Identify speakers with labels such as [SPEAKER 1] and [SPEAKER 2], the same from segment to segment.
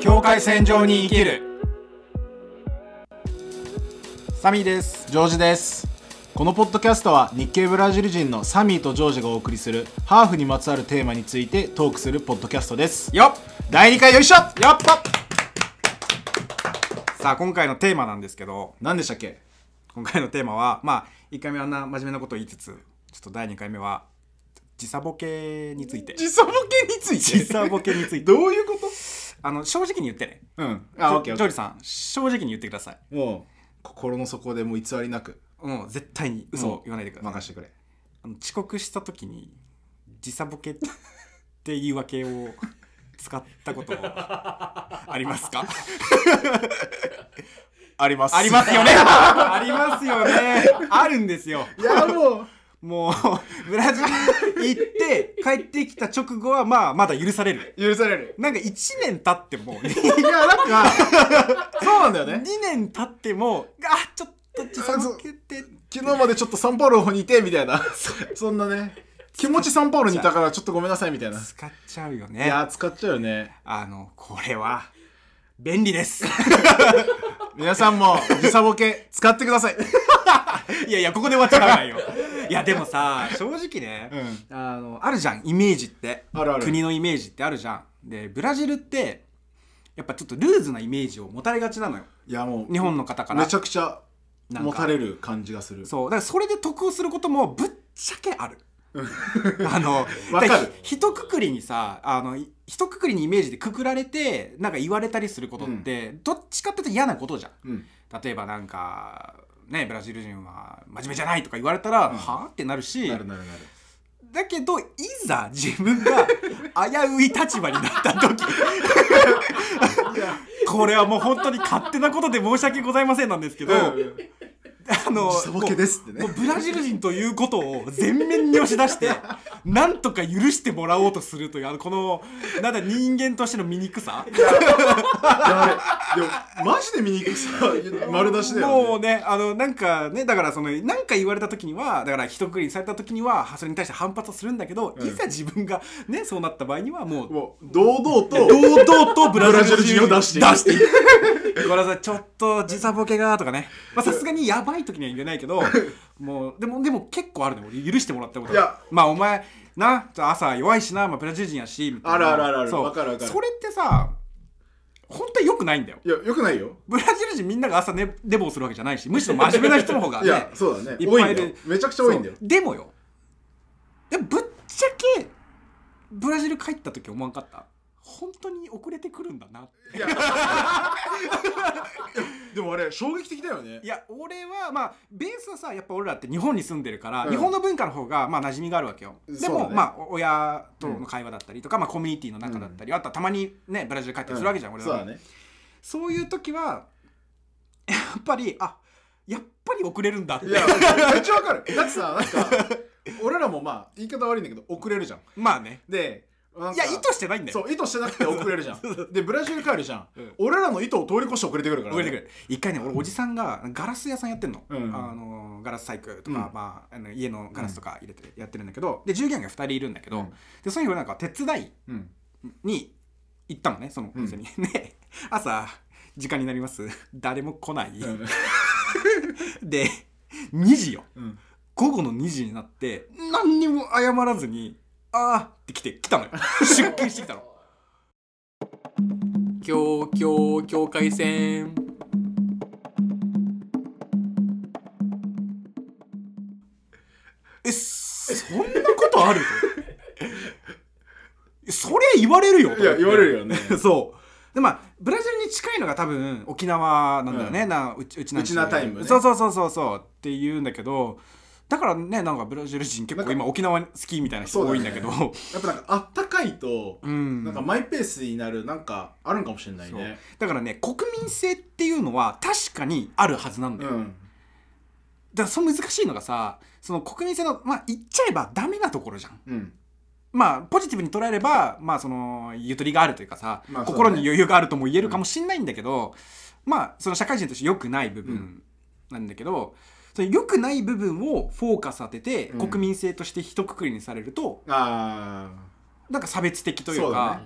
[SPEAKER 1] 境界線上に生きるサミーです
[SPEAKER 2] ジョージですこのポッドキャストは日系ブラジル人のサミーとジョージがお送りするハーフにまつわるテーマについてトークするポッドキャストです
[SPEAKER 1] よっ
[SPEAKER 2] 第2回よいしょ
[SPEAKER 1] やっぱさあ今回のテーマなんですけど
[SPEAKER 2] 何でしたっけ
[SPEAKER 1] 今回のテーマはまあ1回目はあんな真面目なことを言いつつちょっと第2回目は時差ボケについて
[SPEAKER 2] 差ボケについ
[SPEAKER 1] 時差ボケについて
[SPEAKER 2] どういうこと
[SPEAKER 1] あの正直に言ってね
[SPEAKER 2] うん
[SPEAKER 1] ジ
[SPEAKER 2] あ
[SPEAKER 1] ョ
[SPEAKER 2] オッケーオッ
[SPEAKER 1] ジ
[SPEAKER 2] ケ
[SPEAKER 1] ョー
[SPEAKER 2] ー
[SPEAKER 1] ジさん正直に言ってください
[SPEAKER 2] もう心の底でもう偽りなく
[SPEAKER 1] もう絶対に嘘を言わないでください、
[SPEAKER 2] 任してくれ
[SPEAKER 1] あの遅刻した時に時差ボケって言い訳を使ったことありま すか
[SPEAKER 2] あります
[SPEAKER 1] ありますよねありますよねあるんですよ
[SPEAKER 2] いやもう
[SPEAKER 1] もう ブラジル行って帰ってきた直後はまあまだ許される
[SPEAKER 2] 許される
[SPEAKER 1] なんか1年経っても
[SPEAKER 2] いや なんかそうなんだよ
[SPEAKER 1] 2
[SPEAKER 2] ね
[SPEAKER 1] 年経ってもあちょっと時差ボケて
[SPEAKER 2] 昨日までちょっとサンパウロにいてみたい なそんなね気持ちサンパウロにいたからちょっとごめんなさいみたいな
[SPEAKER 1] 使っちゃうよ
[SPEAKER 2] い
[SPEAKER 1] ね
[SPEAKER 2] や使っちゃうよね
[SPEAKER 1] あのこれは便利です
[SPEAKER 2] 皆さんも時差ボケ使ってくだ さい
[SPEAKER 1] いやいやここで終わっちゃダメ ないよいやでもさ正直ね、
[SPEAKER 2] うん
[SPEAKER 1] あのあるじゃんイメージって
[SPEAKER 2] あるある
[SPEAKER 1] 国のイメージってあるじゃんでブラジルってやっぱちょっとルーズなイメージを持たれがちなのよ
[SPEAKER 2] いやもう
[SPEAKER 1] 日本の方から
[SPEAKER 2] めちゃくちゃ
[SPEAKER 1] なんか
[SPEAKER 2] 持たれる感じがする
[SPEAKER 1] そうだからそれで得をすることもぶっちゃけあるあの
[SPEAKER 2] わかる
[SPEAKER 1] だひひとくくりにさあのいひとくくりにイメージでくくられてなんか言われたりすることって、どっちかっていうと嫌なことじゃん
[SPEAKER 2] うん
[SPEAKER 1] 例えばなんかねブラジル人は真面目じゃないとか言われたら、
[SPEAKER 2] うん
[SPEAKER 1] はあってなるし
[SPEAKER 2] なるなるなる
[SPEAKER 1] だけどいざ自分が危うい立場になった時 これはもう本当に勝手なことで申し訳ございませんなんですけど、あの
[SPEAKER 2] 時差ボケですってね
[SPEAKER 1] もうもうブラジル人ということを全面に押し 出してなんとか許してもらおうとするというあのこのなんだ人間としての醜さ
[SPEAKER 2] やべでもマジで見に行くさ丸出しだよ、ね、
[SPEAKER 1] もうねあのなんかねだからそのなんか言われた時にはだから一括りにされた時にはそれに対して反発をするんだけど、
[SPEAKER 2] うん
[SPEAKER 1] いざ自分がねそうなった場合にはもう
[SPEAKER 2] もう堂々と
[SPEAKER 1] 堂々とブラジル人を
[SPEAKER 2] ブラジル人を出し
[SPEAKER 1] 出して出してて ごめんなさいちょっと時差ボケがとかねまあさすがにやばい時には言えない けどもうでもでも結構あるね俺許してもらったこと
[SPEAKER 2] いや
[SPEAKER 1] まあお前なちょっと朝弱いしな、まあ、ブラジル人やしみたいな
[SPEAKER 2] あるあるあるある
[SPEAKER 1] そう
[SPEAKER 2] わかるわかる
[SPEAKER 1] それってさ本当によくないんだよ
[SPEAKER 2] いやよくないよ
[SPEAKER 1] ブラジル人みんなが朝寝寝坊するわけじゃないしむしろ真面目な人の方が
[SPEAKER 2] い
[SPEAKER 1] ね
[SPEAKER 2] やそうだね
[SPEAKER 1] いっ
[SPEAKER 2] 多
[SPEAKER 1] ぱ
[SPEAKER 2] いん
[SPEAKER 1] いい
[SPEAKER 2] だ
[SPEAKER 1] る
[SPEAKER 2] よめちゃくちゃ多いんだよ
[SPEAKER 1] そうでもよでぶっちゃけブラジル帰った時思わんかった本当に遅れてくるんだなって
[SPEAKER 2] いや でもあれ衝撃的だよね
[SPEAKER 1] いや俺はまあベースはさやっぱ俺らって日本に住んでるから、
[SPEAKER 2] うん
[SPEAKER 1] 日本の文化の方がまあ馴染みがあるわけよで
[SPEAKER 2] そうだ
[SPEAKER 1] も、
[SPEAKER 2] ね
[SPEAKER 1] まあお親との会話だったりとか、まあ、コミュニティの中だったり、あとはたまにねブラジル帰ったりするわけじゃん、
[SPEAKER 2] う
[SPEAKER 1] 俺
[SPEAKER 2] そう
[SPEAKER 1] ら
[SPEAKER 2] だ
[SPEAKER 1] も
[SPEAKER 2] ね
[SPEAKER 1] そういう時はやっぱりあやっぱり遅れるんだって
[SPEAKER 2] いやめっちゃわかるだってさなんか俺らもまあ言い方悪いんだけど遅れるじゃん
[SPEAKER 1] まあね
[SPEAKER 2] でなん
[SPEAKER 1] い
[SPEAKER 2] か
[SPEAKER 1] や意図してないんだよ
[SPEAKER 2] そう意図してなくて遅れるじゃんでブラジル帰るじゃん、
[SPEAKER 1] うん
[SPEAKER 2] 俺らの意図を通り越して遅れてくるから、
[SPEAKER 1] 遅れてくる一回ね俺おじさんがガラス屋さんやってんの,、
[SPEAKER 2] うん
[SPEAKER 1] あのガラス細工
[SPEAKER 2] う
[SPEAKER 1] とか、
[SPEAKER 2] ん
[SPEAKER 1] まあ、あの家のガラスとか入れてやってるんだけど、で従業員が2人いるんだけど、
[SPEAKER 2] うん
[SPEAKER 1] でその日俺なんか手伝い
[SPEAKER 2] うん
[SPEAKER 1] に行ったのねそのお店に、で朝時間になります誰も来ない、
[SPEAKER 2] うん
[SPEAKER 1] で2時よ
[SPEAKER 2] うん
[SPEAKER 1] 午後の2時になって何にも謝らずに「あー」って来て来 たのよ出勤してきたの
[SPEAKER 3] 境境境界線
[SPEAKER 1] えそんなことあるとそりゃ言われるよ
[SPEAKER 2] いや言われるよね
[SPEAKER 1] そうでまあブラジルに近いのが多分沖縄なんだよね、
[SPEAKER 2] う
[SPEAKER 1] なうちうちな
[SPEAKER 2] うちなタイムね
[SPEAKER 1] そうそうそうそうそうって言うんだけどだからねなんかブラジル人結構今沖縄好きみたいな人多いんだけど
[SPEAKER 2] そうやっぱなんかあったかいと、
[SPEAKER 1] うん
[SPEAKER 2] なんかマイペースになるなんかあるんかもしれないね
[SPEAKER 1] だからね国民性っていうのは確かにあるはずなんだ
[SPEAKER 2] う
[SPEAKER 1] よ、
[SPEAKER 2] ん
[SPEAKER 1] だからその難しいのがさその国民性のまあ言っちゃえばダメなところじゃん
[SPEAKER 2] うん
[SPEAKER 1] まあポジティブに捉えればまあそのゆとりがあるというかさ、
[SPEAKER 2] まあそうだね
[SPEAKER 1] 心に余裕があるとも言えるかもしれないんだけど、まあその社会人として良くない部分なんだけど、その良くない部分をフォーカス当てて、
[SPEAKER 2] うん
[SPEAKER 1] 国民性として一括りにされると
[SPEAKER 2] あ
[SPEAKER 1] なんか差別的とい
[SPEAKER 2] そううだ
[SPEAKER 1] か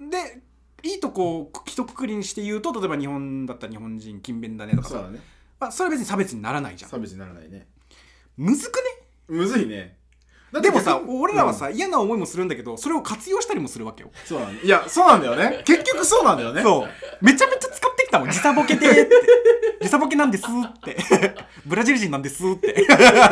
[SPEAKER 1] でいいとこを一括りにして言うと例えば日本だったら日本人勤勉だねとか
[SPEAKER 2] そうだ
[SPEAKER 1] さ
[SPEAKER 2] ね
[SPEAKER 1] まあそれは別に差別にならないじゃん
[SPEAKER 2] 差別にならないね
[SPEAKER 1] むずく
[SPEAKER 2] むずいねだ
[SPEAKER 1] ね
[SPEAKER 2] って
[SPEAKER 1] でもさ
[SPEAKER 2] 結局
[SPEAKER 1] 俺らはさ、嫌な思いもするんだけどそれを活用したりもするわけよ
[SPEAKER 2] そうなんだいやそうなんだよね 結局そうなんだよね
[SPEAKER 1] そうめちゃめちゃ使ってきたもん時差ボケでーって時差ボケなんですーって ブラジル人なんですーって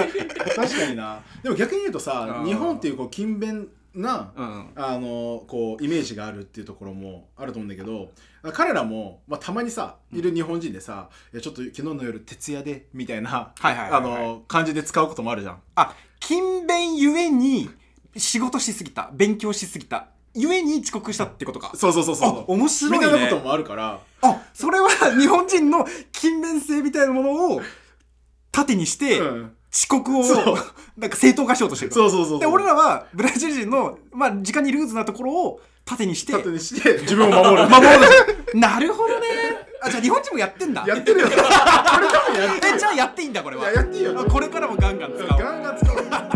[SPEAKER 2] 確かになでも逆に言うとさ
[SPEAKER 1] うん
[SPEAKER 2] 日本っていうこう勤勉な
[SPEAKER 1] うん
[SPEAKER 2] あのこうイメージがあるっていうところもあると思うんだけど彼らも、まあ、たまにさいる日本人でさ、いやちょっと昨日の夜徹夜でみたいな、
[SPEAKER 1] はいはいはいはい
[SPEAKER 2] あの感じで使うこともあるじゃん
[SPEAKER 1] あ勤勉ゆえに仕事しすぎた勉強しすぎたゆえに遅刻したってことか
[SPEAKER 2] そうそうそうそう
[SPEAKER 1] あ面白いね
[SPEAKER 2] みたいなこともあるから
[SPEAKER 1] あそれは 日本人の勤勉性みたいなものを盾にして
[SPEAKER 2] うん
[SPEAKER 1] 遅刻を
[SPEAKER 2] そう
[SPEAKER 1] なんか正当化しようとしてる
[SPEAKER 2] そうそうそうそう
[SPEAKER 1] で俺らはブラジル人の、まあ、時間にルーズなところを盾にして
[SPEAKER 2] 盾にして自分を 守る
[SPEAKER 1] なるほど ねあじゃあ日本人もやってんだ
[SPEAKER 2] やってるよこれ多分やってる
[SPEAKER 1] えじゃあやっていいんだこれはい
[SPEAKER 2] ややっていいよ
[SPEAKER 1] あこれからもガンガン使おう
[SPEAKER 2] ガンガン使う